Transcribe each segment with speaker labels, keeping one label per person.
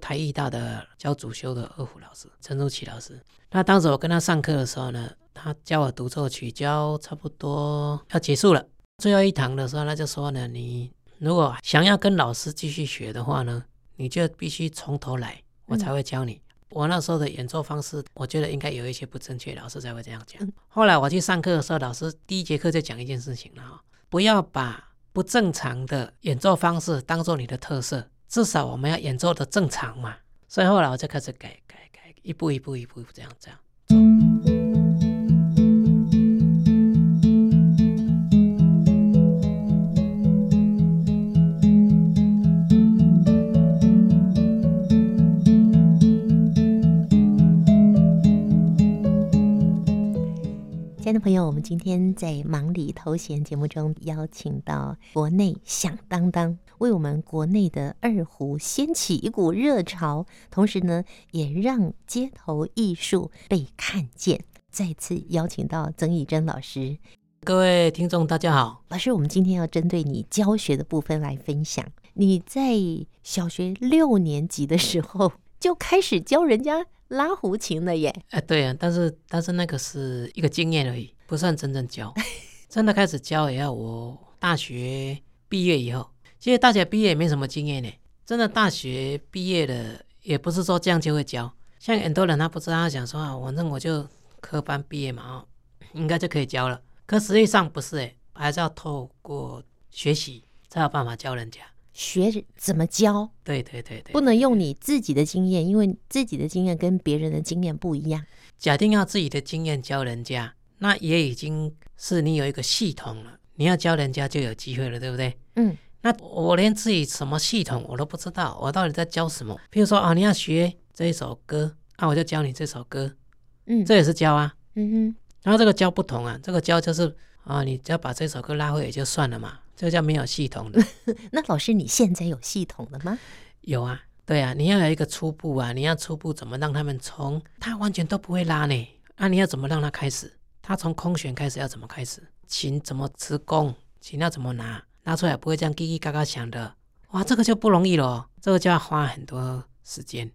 Speaker 1: 台艺大的教主修的二胡老师陈如奇老师。那当时我跟他上课的时候呢，他教我独奏曲，教差不多要结束了，最后一堂的时候，他就说呢，你如果想要跟老师继续学的话呢，你就必须从头来，我才会教你。我那时候的演奏方式，我觉得应该有一些不正确，老师才会这样讲。后来我去上课的时候，老师第一节课就讲一件事情了哈、不要把不正常的演奏方式当做你的特色，至少我们要演奏的正常嘛。所以后来我就开始改改改，一步一步一步一步这样这样。
Speaker 2: 亲爱的朋友，我们今天在忙里偷闲节目中邀请到国内响当当为我们国内的二胡掀起一股热潮，同时呢，也让街头艺术被看见。再次邀请到曾以真老师，
Speaker 1: 各位听众，大家好。
Speaker 2: 老师，我们今天要针对你教学的部分来分享。你在小学六年级的时候就开始教人家拉胡琴了耶！
Speaker 1: 哎，对啊，但是但是那个是一个经验而已，不算真正教。 真的开始教也要我大学毕业以后。其实大学毕业也没什么经验呢，真的大学毕业了也不是说这样就会教。像很多人他不知道，他想说啊，反正我就科班毕业嘛，哦，应该就可以教了。可实际上不是诶，还是要透过学习才有办法教人家。
Speaker 2: 学怎么教，
Speaker 1: 对对对对，
Speaker 2: 不能用你自己的经验，因为自己的经验跟别人的经验不一样。
Speaker 1: 假定要自己的经验教人家，那也已经是你有一个系统了，你要教人家就有机会了，对不对？
Speaker 2: 嗯，
Speaker 1: 那我连自己什么系统我都不知道，我到底在教什么？譬如说啊，你要学这一首歌，那、我就教你这首歌，
Speaker 2: 嗯，
Speaker 1: 这也是教啊。
Speaker 2: 嗯
Speaker 1: 然后这个教不同啊，这个教就是啊，你只要把这首歌拉回也就算了嘛，这个叫没有系统的。
Speaker 2: 哼，那老师你现在有系统了吗？
Speaker 1: 有啊，对啊，你要有一个初步啊，你要初步怎么让他们从他完全都不会拉呢？那、你要怎么让他开始？他从空弦开始要怎么开始？琴怎么持弓？琴要怎么拿？拿出来不会这样叽叽嘎嘎响的。哇，这个就不容易了哦，这个就要花很多时间。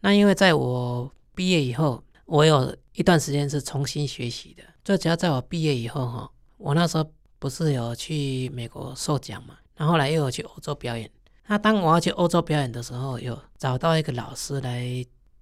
Speaker 1: 那因为在我毕业以后，我有一段时间是重新学习的。最主要在我毕业以后哈，我那时候不是有去美国受奖嘛，然后后来又有去欧洲表演。那当我要去欧洲表演的时候，有找到一个老师来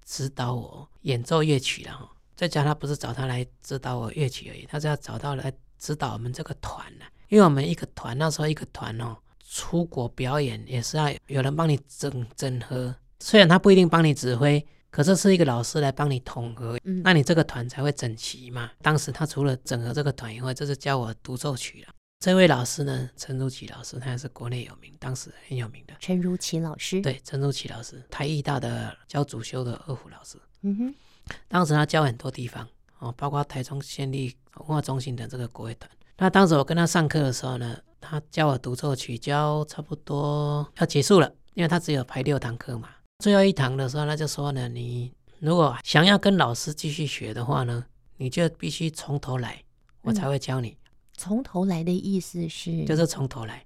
Speaker 1: 指导我演奏乐曲了哈。再加上他不是找他来指导我乐曲而已，他是要找到来指导我们这个团呢、因为我们一个团那时候一个团哦，出国表演也是要有人帮你整整合，虽然他不一定帮你指挥，可是是一个老师来帮你统合，
Speaker 2: 嗯
Speaker 1: 那你这个团才会整齐嘛。当时他除了整合这个团以外，就是教我独奏曲了。这位老师呢，陈如琪老师，他也是国内有名，当时很有名的。
Speaker 2: 陈如琪老师，，
Speaker 1: 对，陈如琪老师，台艺大的教主修的二胡老师，
Speaker 2: 嗯哼，
Speaker 1: 当时他教很多地方哦，包括台中县立文化中心的这个国乐团。那当时我跟他上课的时候呢，他教我独奏曲，教差不多要结束了，因为他只有排六堂课嘛。最后一堂的时候，他就说呢，你如果想要跟老师继续学的话呢，你就必须从头来，我才会教
Speaker 2: 嗯
Speaker 1: 你，
Speaker 2: 从头来的意思是，
Speaker 1: 就是从头来。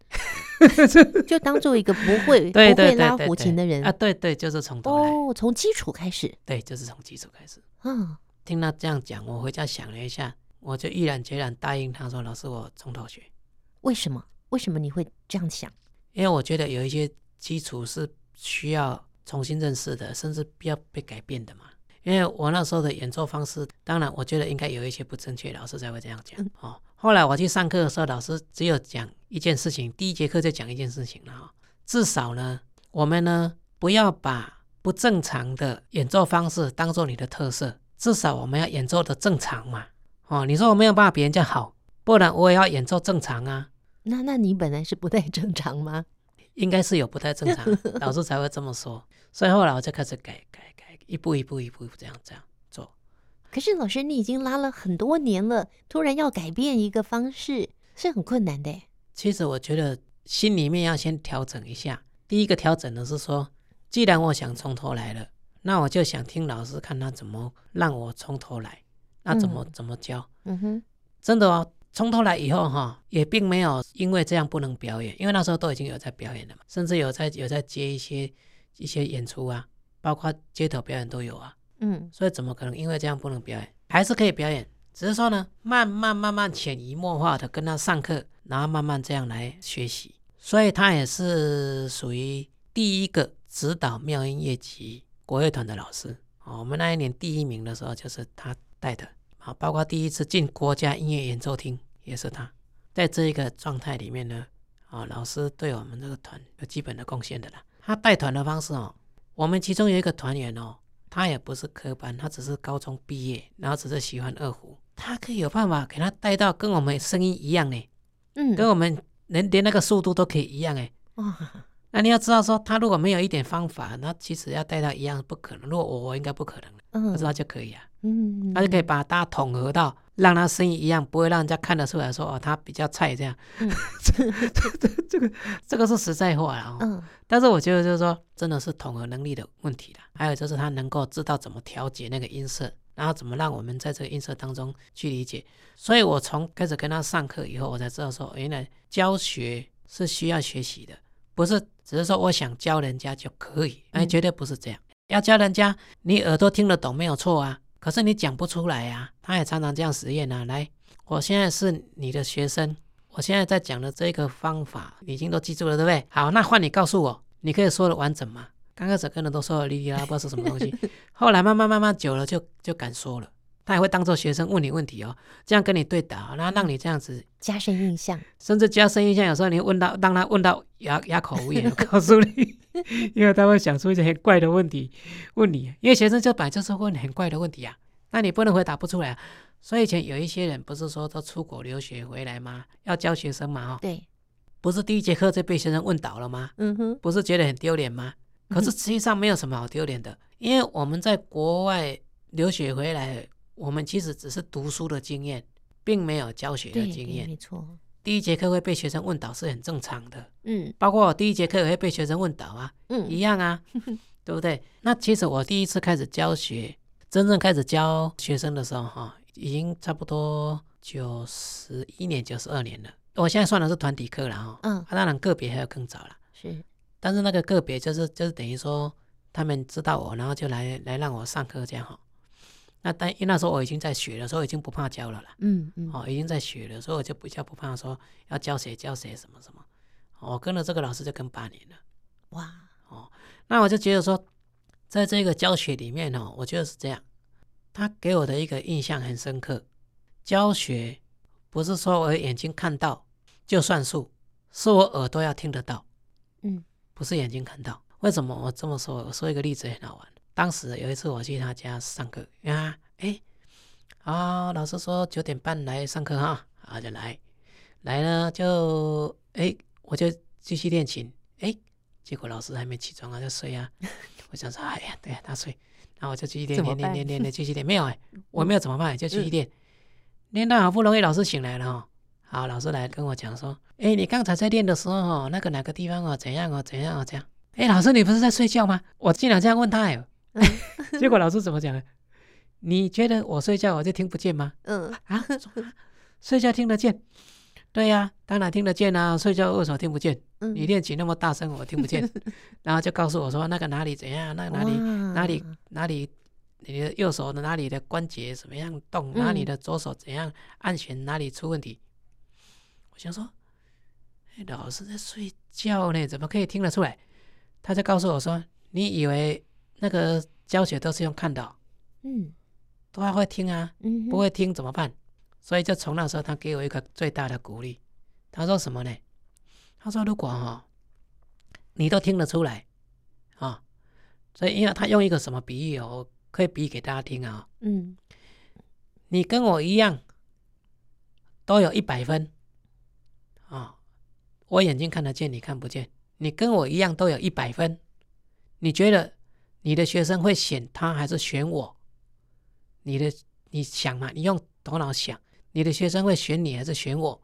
Speaker 2: 就当做一个不 会
Speaker 1: 对对
Speaker 2: 不会
Speaker 1: 对
Speaker 2: 拉
Speaker 1: 对
Speaker 2: 胡
Speaker 1: 对
Speaker 2: 琴的人
Speaker 1: 啊，对对，就是从头来，
Speaker 2: 哦，从基础开始，
Speaker 1: 对，就是从基础开始。
Speaker 2: 嗯，
Speaker 1: 听他这样讲，我回家想了一下，我就毅然决然答应他说：“老师，我从头学，
Speaker 2: 为什么？为什么你会这样想？
Speaker 1: 因为我觉得有一些基础是需要重新认识的，甚至不要被改变的嘛。因为我那时候的演奏方式，当然我觉得应该有一些不正确，老师才会这样讲
Speaker 2: 嗯
Speaker 1: 哦。后来我去上课的时候，老师只有讲一件事情，第一节课就讲一件事情了哈、哦。至少呢，我们呢不要把不正常的演奏方式当做你的特色，至少我们要演奏的正常嘛。哦，你说我没有办法比人家好，不然我也要演奏正常啊。
Speaker 2: 那那你本来是不太正常吗？
Speaker 1: 应该是有不太正常，老师才会这么说。所以后来我就开始改改改，一步一步一步一步这样这样做。
Speaker 2: 可是老师，你已经拉了很多年了，突然要改变一个方式是很困难的耶。
Speaker 1: 其实我觉得心里面要先调整一下。第一个调整的是说，既然我想从头来了，那我就想听老师看他怎么让我从头来，那怎么、
Speaker 2: 嗯
Speaker 1: 怎么教。
Speaker 2: 嗯哼，
Speaker 1: 真的哦，从头来以后哈、也并没有因为这样不能表演，因为那时候都已经有在表演了嘛，甚至有在有在接一些一些演出啊。包括街头表演都有啊。
Speaker 2: 嗯
Speaker 1: 所以怎么可能因为这样不能表演？还是可以表演，只是说呢，慢慢慢慢潜移默化的跟他上课，然后慢慢这样来学习。所以他也是属于第一个指导妙音乐集国乐团的老师哦。我们那一年第一名的时候就是他带的啊，包括第一次进国家音乐演奏厅也是他。在这一个状态里面呢，啊、老师对我们这个团有基本的贡献的啦。他带团的方式哦，我们其中有一个团员哦，他也不是科班，他只是高中毕业，然后只是喜欢二胡，他可以有办法给他带到跟我们声音一样呢，
Speaker 2: 嗯，啊
Speaker 1: 跟我们连连那个速度都可以一样哎。
Speaker 2: 哇，
Speaker 1: 那你要知道说，他如果没有一点方法，那其实要带到一样不可能。如果我，我应该不可能，
Speaker 2: 嗯
Speaker 1: 可是他就可以啊，
Speaker 2: 嗯，
Speaker 1: 他就可以把大家统合到让他声音一样，不会让人家看得出来说哦他比较菜这样。
Speaker 2: 嗯
Speaker 1: 这这这个这个是实在话啊、哦。
Speaker 2: 嗯
Speaker 1: 但是我觉得就是说，真的是统合能力的问题了。还有就是他能够知道怎么调节那个音色，然后怎么让我们在这个音色当中去理解。所以我从开始跟他上课以后，我才知道说，原来教学是需要学习的，不是只是说我想教人家就可以，哎，
Speaker 2: 嗯
Speaker 1: 绝对不是这样。要教人家，你耳朵听得懂没有错啊，可是你讲不出来啊。他也常常这样实验啊，来，我现在是你的学生，我现在在讲的这个方法，你已经都记住了，对不对？好，那换你告诉我，你可以说的完整吗？刚开始跟人都说的哩哩啦啦，不知道是什么东西，后来慢慢慢慢久了就就敢说了。他也会当做学生问你问题哦，这样跟你对答，然后让你这样子，
Speaker 2: 加深 印象，
Speaker 1: 甚至加深印象。有时候你问到让他问到哑哑口无言，我告诉你，因为他会想出一些很怪的问题问你，因为学生就本来就是问很怪的问题啊，那你不能回答不出来、啊。所以以前有一些人不是说都出国留学回来吗？要教学生嘛，哦，
Speaker 2: 对，
Speaker 1: 不是第一节课就被学生问倒了吗？
Speaker 2: 嗯哼，
Speaker 1: 不是觉得很丢脸吗？
Speaker 2: 嗯
Speaker 1: 可是实际上没有什么好丢脸的，因为我们在国外留学回来，我们其实只是读书的经验，并没有教学的
Speaker 2: 对，
Speaker 1: 经
Speaker 2: 对
Speaker 1: 验。
Speaker 2: 没错，
Speaker 1: 第一节课会被学生问倒是很正常的，
Speaker 2: 嗯
Speaker 1: 包括我第一节课也会被学生问倒啊，一
Speaker 2: 嗯
Speaker 1: 样啊，对不对？那其实我第一次开始教学，真正开始教学生的时候，哈，已经差不多九十一年、九十二年了。我现在算的是团体课了哈，
Speaker 2: 嗯
Speaker 1: 啊，当然个别还有更早了。
Speaker 2: 是，
Speaker 1: 但是那个个别就是就是等于说他们知道我，然后就来来让我上课这样哈。那但因为那时候我已经在学了，所以我已经不怕教了啦，
Speaker 2: 嗯嗯
Speaker 1: 哦，已经在学了，所以我就比较不怕说要教谁教谁什么什么。哦我跟了这个老师就跟八年了，
Speaker 2: 哇，
Speaker 1: 那我就觉得说，在这个教学里面哦，我觉得是这样，他给我的一个印象很深刻。教学不是说我眼睛看到就算数，是我耳朵要听得到。
Speaker 2: 嗯
Speaker 1: 不是眼睛看到。为什么我这么说？我说一个例子很好玩。当时有一次我去他家上课啊，哎，啊，老师说九点半来上课哈，啊就来，来呢就哎我就继续练琴，哎，结果老师还没起床啊，就睡 啊。我想说，哎呀，对呀、他睡，然后我就继续练
Speaker 2: 怎么
Speaker 1: 练练
Speaker 2: 办嗯
Speaker 1: 练练练，继续练，没有哎、我没有怎么办，就继续练，练到好不容易老师醒来了哦。好，老师来跟我讲说，哎，你刚才在练的时候哦，那个哪个地方哦，怎样哦，怎样哦，这样。哎，老师，你不是在睡觉吗？我竟然这样问他 哎，结果老师怎么讲呢？你觉得我睡觉我就听不见吗？
Speaker 2: 嗯
Speaker 1: 啊，说啊睡觉听得见？对呀、当然听得见啊，睡觉为什么听不见？
Speaker 2: 嗯，
Speaker 1: 你练琴那么大声，我听不 见。然后就告诉我说那个哪里怎样，那个哪里哪里
Speaker 2: 哇
Speaker 1: 哪里你的右手的哪里的关节怎么样动，
Speaker 2: 嗯
Speaker 1: 哪里的左手怎样按弦哪里出问题。我想说，哎老师在睡觉呢，怎么可以听得出来？他就告诉我说，你以为那个教学都是用看的哦、
Speaker 2: 嗯
Speaker 1: 都还会听啊，
Speaker 2: 嗯哼，
Speaker 1: 不会听怎么办？所以就从那时候，他给我一个最大的鼓励。他说什么呢？他说如果哈、你都听得出来啊、所以因为他用一个什么比喻哦，我可以比喻给大家听啊、
Speaker 2: 嗯
Speaker 1: 你跟我一样都有一百分啊、我眼睛看得见，你看不见。你跟我一样都有一百分，你觉得你的学生会选他还是选我？你的你想嘛，你用头脑想，你的学生会选你还是选我？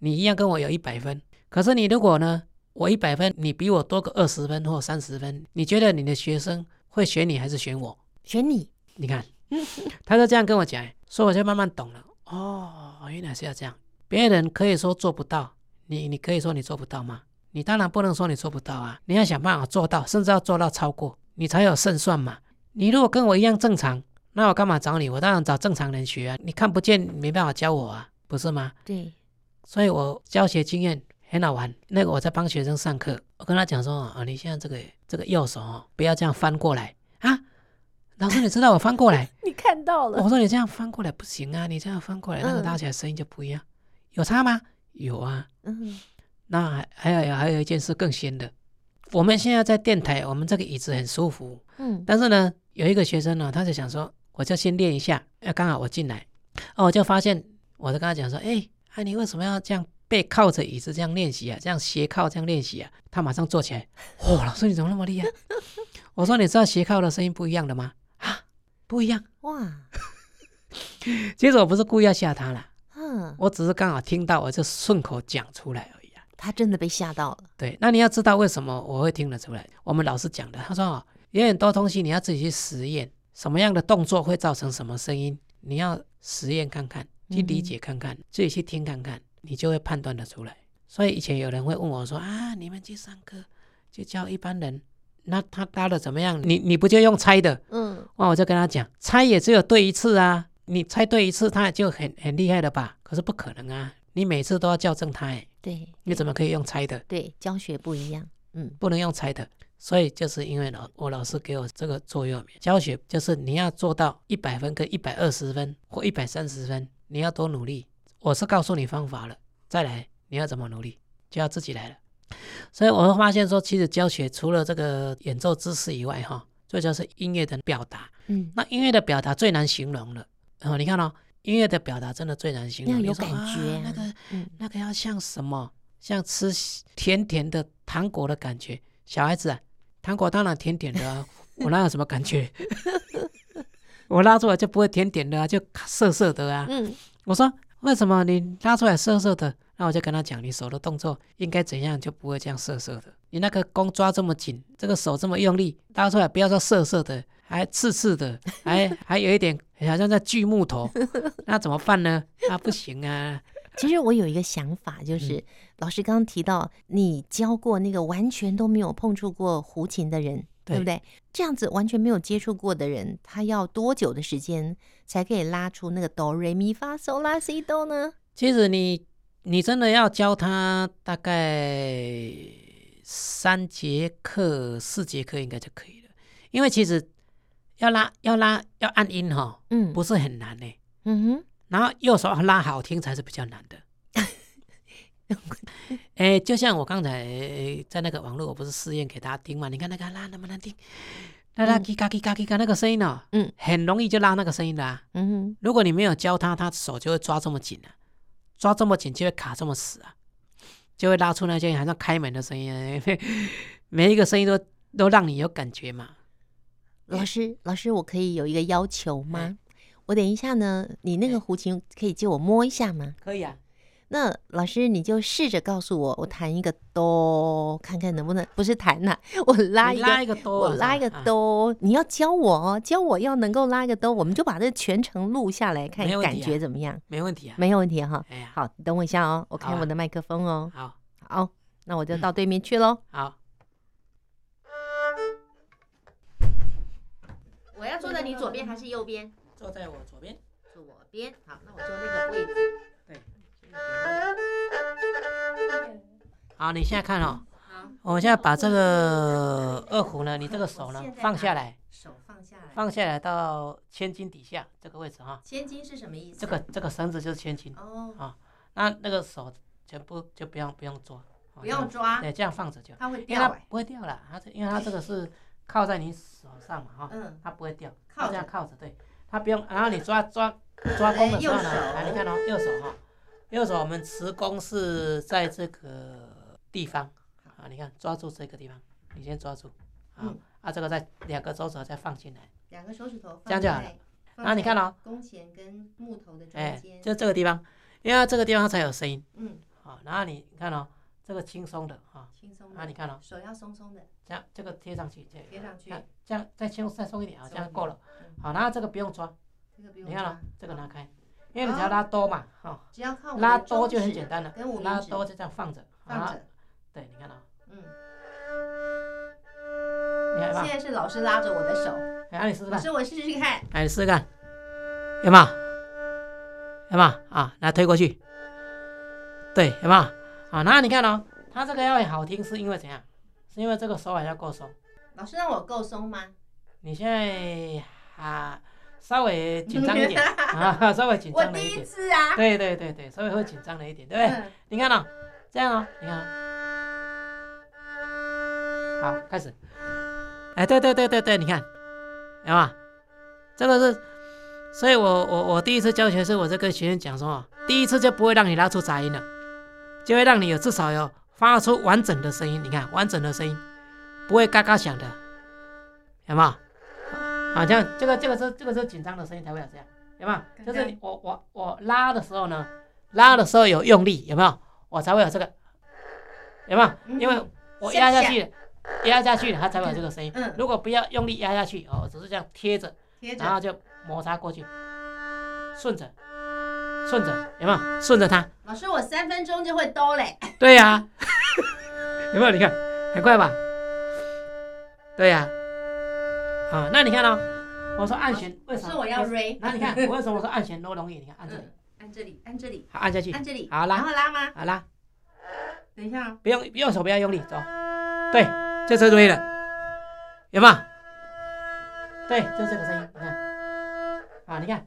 Speaker 1: 你一样跟我有一百分，可是你如果呢，我一百分，你比我多个二十分或三十分，你觉得你的学生会选你还是选我？
Speaker 2: 选你，
Speaker 1: 你看，他就这样跟我讲，所以我就慢慢懂了。哦，原来是要这样。别人可以说做不到，你你可以说你做不到吗？你当然不能说你做不到啊，你要想办法做到，甚至要做到超过。你才有胜算嘛。你如果跟我一样正常，那我干嘛找你？我当然找正常人学啊。你看不见，没办法教我啊，不是吗？
Speaker 2: 对，
Speaker 1: 所以我教学经验很好玩。那个我在帮学生上课，我跟他讲说啊，你现在这个这个右手哦，不要这样翻过来啊。老师，你知道我翻过来？
Speaker 2: 你看到了
Speaker 1: 我说你这样翻过来不行啊，你这样翻过来，那个
Speaker 2: 嗯
Speaker 1: 拉起来声音就不一样，有差吗？有啊。
Speaker 2: 嗯，
Speaker 1: 那还还有还有一件事更新的，我们现在在电台，我们这个椅子很舒服，
Speaker 2: 嗯，
Speaker 1: 但是呢，有一个学生呢，他就想说，我就先练一下，哎，刚好我进来，哦，我就发现，我就跟他讲说，哎，啊，你为什么要这样背靠着椅子这样练习啊？这样斜靠这样练习啊？他马上坐起来，哦，老师你怎么那么厉害？ 我说你知道斜靠的声音不一样的吗？啊，不一样。
Speaker 2: 哇，
Speaker 1: 其实我不是故意要吓他啦，
Speaker 2: 嗯，
Speaker 1: 我只是刚好听到，我就顺口讲出来而已啊。
Speaker 2: 他真的被吓到了，
Speaker 1: 对，那你要知道为什么我会听得出来。我们老师讲的，他说哦，有很多东西你要自己去实验，什么样的动作会造成什么声音，你要实验看看，去理解看看，自己去听看看，你就会判断得出来。所以以前有人会问我说啊，你们去上课就教一般人，那他搭的怎么样？你你不就用猜的？
Speaker 2: 嗯，
Speaker 1: 哇，我就跟他讲，猜也只有对一次啊，你猜对一次他就很很厉害了吧？可是不可能啊，你每次都要校正他，欸
Speaker 2: 对
Speaker 1: 你怎么可以用猜的？
Speaker 2: 对，教学不一样，嗯
Speaker 1: 不能用猜的。所以就是因为老我老师给我这个座右铭，教学就是你要做到一百分跟一百二十分或一百三十分，你要多努力。我是告诉你方法了，再来你要怎么努力，就要自己来了。所以我会发现说，其实教学除了这个演奏知识以外，哈，最主要是音乐的表达。
Speaker 2: 嗯，
Speaker 1: 那音乐的表达最难形容了，哦，你看哦，音乐的表达真的最难形容，
Speaker 2: 要
Speaker 1: 你
Speaker 2: 有
Speaker 1: 说
Speaker 2: 感
Speaker 1: 啊
Speaker 2: 觉啊
Speaker 1: 那个
Speaker 2: 嗯
Speaker 1: 那个要像什么？像吃西甜甜的糖果的感觉。小孩子啊，糖果当然甜甜的 啊，我哪有什么感觉？ 我拉出来就不会甜甜的啊，就涩涩的啊。
Speaker 2: 嗯
Speaker 1: 我说为什么你拉出来涩涩的？那我就跟他讲，你手的动作应该怎样，就不会这样涩涩的。你那个弓抓这么紧，这个手这么用力，拉出来不要说涩涩的，还刺刺的， 还还有一点好像在锯木头， 那怎么办呢？那不行啊。
Speaker 2: 其实我有一个想法，就是、老师刚刚提到，你教过那个完全都没有碰触过胡琴的人，对
Speaker 1: 对
Speaker 2: 不对？这样子完全没有接触过的人，他要多久的时间才可以拉出那个哆瑞咪发嗦拉西哆呢？
Speaker 1: 其实你你真的要教他大概三节课、四节课应该就可以了，因为其实要拉要拉要按音哈，
Speaker 2: 嗯，
Speaker 1: 不，是很难呢。
Speaker 2: 嗯
Speaker 1: 然后右手拉好听才是比较难的。哎、就像我刚才呃在那个网络，我不是试验给大家听嘛？你看那个拉那么难听，拉拉
Speaker 2: 嗯
Speaker 1: 叽嘎叽嘎叽嘎那个声音哦，
Speaker 2: 嗯，
Speaker 1: 很容易就拉那个声音的、啊。
Speaker 2: 哼， 嗯
Speaker 1: 如果你没有教他，他手就会抓这么紧啊，抓这么紧就会卡这么死啊，就会拉出那些好像开门的声音啊， 每一个声音都都让你有感觉嘛。
Speaker 2: 哼，老师，老师，我可以有一个要求吗？我等一下呢，你那个胡琴可以借我摸一下吗？
Speaker 1: 可以啊，
Speaker 2: 那老师，你就试着告诉我，我弹一个哆，看看能不能不是弹呐、 我拉一
Speaker 1: 你
Speaker 2: 个
Speaker 1: 拉一个哆啊，
Speaker 2: 我哦拉一个
Speaker 1: 啊，
Speaker 2: 兜，你要教我哦，教我要能够拉一个兜，我们就把这全程录下来，看
Speaker 1: 没问题啊
Speaker 2: 感觉怎么样？
Speaker 1: 没问题啊。
Speaker 2: 没有问题哈。
Speaker 1: 哎呀，
Speaker 2: 好，等我一下哦，我
Speaker 1: 好
Speaker 2: 看
Speaker 1: 啊
Speaker 2: 我的麦克风哦。
Speaker 1: 好
Speaker 2: 好，那我就到对面去喽。
Speaker 1: 好，
Speaker 2: 我要坐在你左边还是右边？
Speaker 1: 坐在我左边。
Speaker 2: 左边。好，那我坐那个位置。
Speaker 1: 好，你现在看哦，
Speaker 2: 好，
Speaker 1: 我现在把这个二胡呢，你这个手呢
Speaker 2: 我现在啊
Speaker 1: 放下来，
Speaker 2: 手放下来。
Speaker 1: 放下来到千斤底下这个位置哈、
Speaker 2: 千金是什么意思？
Speaker 1: 这个这个绳子就是千斤。
Speaker 2: 哦，
Speaker 1: 那那个手全部就不用不用抓，哦
Speaker 2: 不用抓，
Speaker 1: 对，这样放着就，
Speaker 2: 它会
Speaker 1: 因为它
Speaker 2: 掉哎。
Speaker 1: 不会掉了，它这因为它这个是靠在你手上嘛，哈、
Speaker 2: 嗯，
Speaker 1: 它不会掉，
Speaker 2: 靠
Speaker 1: 它这
Speaker 2: 着
Speaker 1: 样靠着，对，它不用，然后你抓抓抓弓 的时候呢，
Speaker 2: 哎右手
Speaker 1: 来你看哦，右手哈、右手我们持弓是在这个地方，啊，你看抓住这个地方，你先抓住，啊、
Speaker 2: 嗯
Speaker 1: 啊，这个再两个手指头再放进来，
Speaker 3: 两个手指头
Speaker 1: 这样就好了。然后你看
Speaker 3: 到
Speaker 1: 哦，
Speaker 3: 弓弦跟木头的中
Speaker 1: 哎，
Speaker 3: 间，
Speaker 1: 就这个地方，因为它这个地方它才有声音，
Speaker 3: 嗯，
Speaker 1: 啊、然后你看哦，这个轻松的哈。
Speaker 3: 轻松
Speaker 1: 啊，
Speaker 3: 的，
Speaker 1: 你看哦，
Speaker 3: 手要松松的
Speaker 1: 这样这个贴上去，这
Speaker 3: 贴上去，
Speaker 1: 看这样再轻再松一点啊，这样够了
Speaker 3: 松一。
Speaker 1: 好，然后这个不用抓，
Speaker 3: 这嗯个不用
Speaker 1: 你看哦
Speaker 3: 抓，，
Speaker 1: 这个拿开，因为你只要拉多嘛，哈，
Speaker 3: 只要靠我的
Speaker 1: 拉
Speaker 3: 中
Speaker 1: 多就很
Speaker 3: 指
Speaker 1: 简单了
Speaker 3: 跟无，
Speaker 1: 拉
Speaker 3: 名指
Speaker 1: 多就这样放着，
Speaker 3: 放
Speaker 1: 好，
Speaker 3: 着，
Speaker 1: 对，你看哦，
Speaker 3: 嗯，
Speaker 1: 啊你害怕
Speaker 3: 现？在是老师拉着我的手，
Speaker 1: 哎，啊你试试
Speaker 3: 老
Speaker 1: 看，
Speaker 3: 师我试试看，
Speaker 1: 哎，你试试看，有没有？有没有啊？来推过去，对，有没有？啊，那你看哦，它这个要好听是因为怎样？是因为这个手法要够松。
Speaker 3: 老师让我够松吗？
Speaker 1: 你现在啊，稍微紧张一 点啊，稍微紧
Speaker 3: 我
Speaker 1: 张了
Speaker 3: 第
Speaker 1: 一
Speaker 3: 一
Speaker 1: 点。
Speaker 3: 次啊，
Speaker 1: 对对对对，稍微会紧张了一点，对不对？
Speaker 3: 嗯，
Speaker 1: 你看哦，这样哦，你看、哦，好，开始。哎，对对对对对，你看，有吗？这个是，所以我我我第一次教学是我这跟学生讲说，啊第一次就不会让你拉出杂音了，就会让你有至少有发出完整的声音。你看，完整的声音，不会嘎嘎响的，有没有？好像这个这个是这个是紧张的声音才会有这样，有没有？就是你我我我拉的时候呢，拉的时候有用力，有没有？我才会有这个，有没有？
Speaker 3: 嗯
Speaker 1: 因为我
Speaker 3: 下
Speaker 1: 压下
Speaker 3: 下
Speaker 1: 去，压下去，它才会有这个声音。
Speaker 3: 嗯
Speaker 1: 如果不要用力压下去，哦，只是这样贴着，
Speaker 3: 贴
Speaker 1: 然后
Speaker 3: 着，
Speaker 1: 就摩擦过去，顺着，顺着，有没有？顺着它，
Speaker 3: 老师我三分钟就会兜嘞，
Speaker 1: 对呀、 有没有？你看，很快吧？对呀、啊，那你看哦，我说按弦，为
Speaker 3: 老
Speaker 1: 什
Speaker 3: 师
Speaker 1: 么？
Speaker 3: 我要 re，
Speaker 1: 那你看，我为什么说按弦多容易？你看按这里，
Speaker 3: 嗯，按这里，按这里，
Speaker 1: 好按下去，
Speaker 3: 按这里，
Speaker 1: 好拉
Speaker 3: 然后拉吗？
Speaker 1: 好啦，
Speaker 3: 等一下哦，
Speaker 1: 不用不用手不要用力，走，对，就这对了，有没有？对，就这个声音，你看，啊，你看，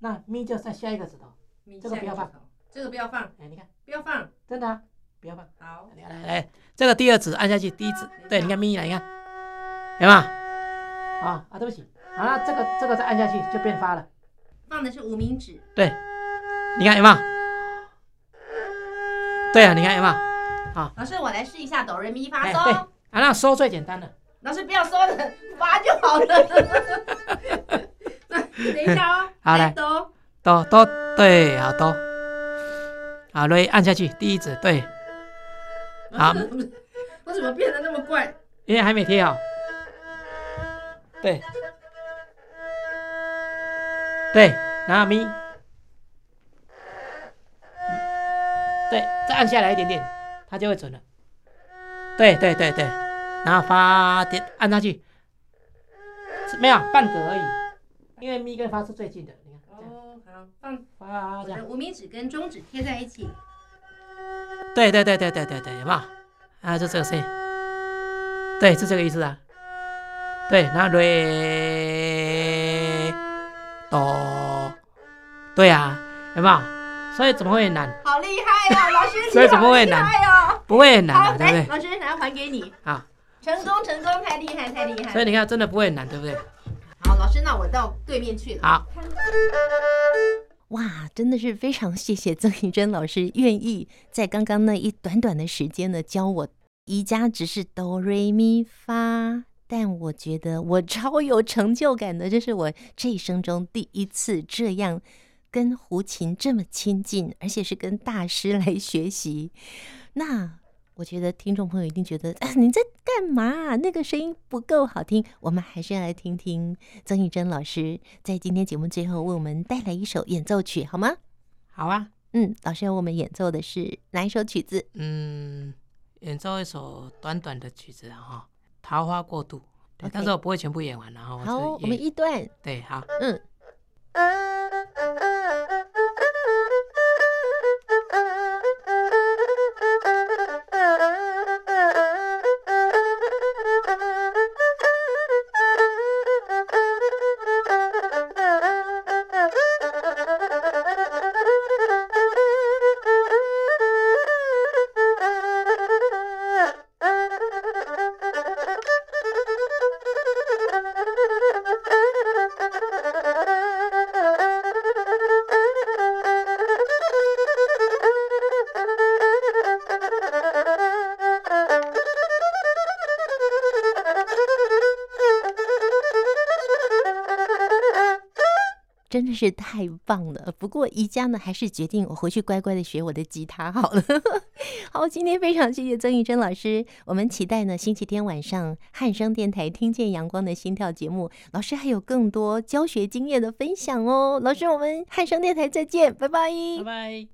Speaker 1: 那咪就在下一个指头，
Speaker 3: 你
Speaker 1: 这个不要放
Speaker 3: 下一指头，这个不要放，
Speaker 1: 哎，你看，
Speaker 3: 不要放，
Speaker 1: 真的啊，不要放。
Speaker 3: 好，
Speaker 1: 来来来，这个第二指按下去，第一指，对，你看咪来，你看，有吗？啊啊，对不起，啊，这个这个再按下去就变发了，
Speaker 3: 放的是无名指，
Speaker 1: 对，你看有吗？对啊，你看有吗？
Speaker 3: 老师我来试一下哆来咪发
Speaker 1: 哎对
Speaker 3: 嗦，
Speaker 1: 啊，那收最简单了，
Speaker 3: 老师不要嗦的，发就好了。 等一下哦，
Speaker 1: 好来
Speaker 3: 再哆，
Speaker 1: 哆哆，对，好哆，好嘞，按下去，第一指，对， 好，
Speaker 3: 我怎么变得那么怪？
Speaker 1: 因为还没贴好，哦对，对，然后咪，对，再按下来一点点，它就会准了。对对对对，然后发点按下去，是没有半格而已，因为咪跟发是最近的，你看这样
Speaker 3: 哦，好，放
Speaker 1: 发
Speaker 3: 我
Speaker 1: 这样
Speaker 3: 的，无名指跟中指贴在一起，
Speaker 1: 对对对对对对对，有没有？啊，就这个声音，对，是这个意思啊。对，然后瑞哆，对啊，有没有？所以怎么会难？
Speaker 3: 好厉害 呀、老师！你
Speaker 1: 所以怎么会难
Speaker 3: 好厉害哦！
Speaker 1: 不会很难
Speaker 3: 好
Speaker 1: 啊，，对不
Speaker 3: 来，
Speaker 1: 对？
Speaker 3: 老师来还给你，
Speaker 1: 啊，
Speaker 3: 成功成功，太厉害太厉
Speaker 1: 所
Speaker 3: 害！
Speaker 1: 以你看，真的不会很难，对不对？
Speaker 3: 好，老师，那我到对面去了。
Speaker 1: 好，
Speaker 2: 哇，真的是非常谢谢曾怡珍老师愿意在刚刚那一短短的时间呢教我宜家只是哆瑞咪发，但我觉得我超有成就感的，这是我这一生中第一次这样跟胡琴这么亲近，而且是跟大师来学习。那我觉得听众朋友一定觉得啊，你在干嘛啊？那个声音不够好听，我们还是要来听听曾以珍老师在今天节目最后为我们带来一首演奏曲，好吗？
Speaker 1: 好啊，
Speaker 2: 嗯，老师要为我们演奏的是哪一首曲子？
Speaker 1: 嗯，演奏一首短短的曲子啊哈，桃花过渡》对。
Speaker 2: OK
Speaker 1: 但是我不会全部演完了哈，
Speaker 2: 好，哦
Speaker 1: 我
Speaker 2: 我
Speaker 1: 是
Speaker 2: 们
Speaker 1: 也
Speaker 2: 一段，
Speaker 1: 对好。
Speaker 2: 嗯，真的是太棒了。不过宜家呢，还是决定我回去乖乖的学我的吉他好了。 好，今天非常谢谢曾玉珍老师，我们期待呢星期天晚上汉声电台听见阳光的心跳节目，老师还有更多教学经验的分享哦。老师，我们汉声电台再见，拜拜
Speaker 1: 拜拜。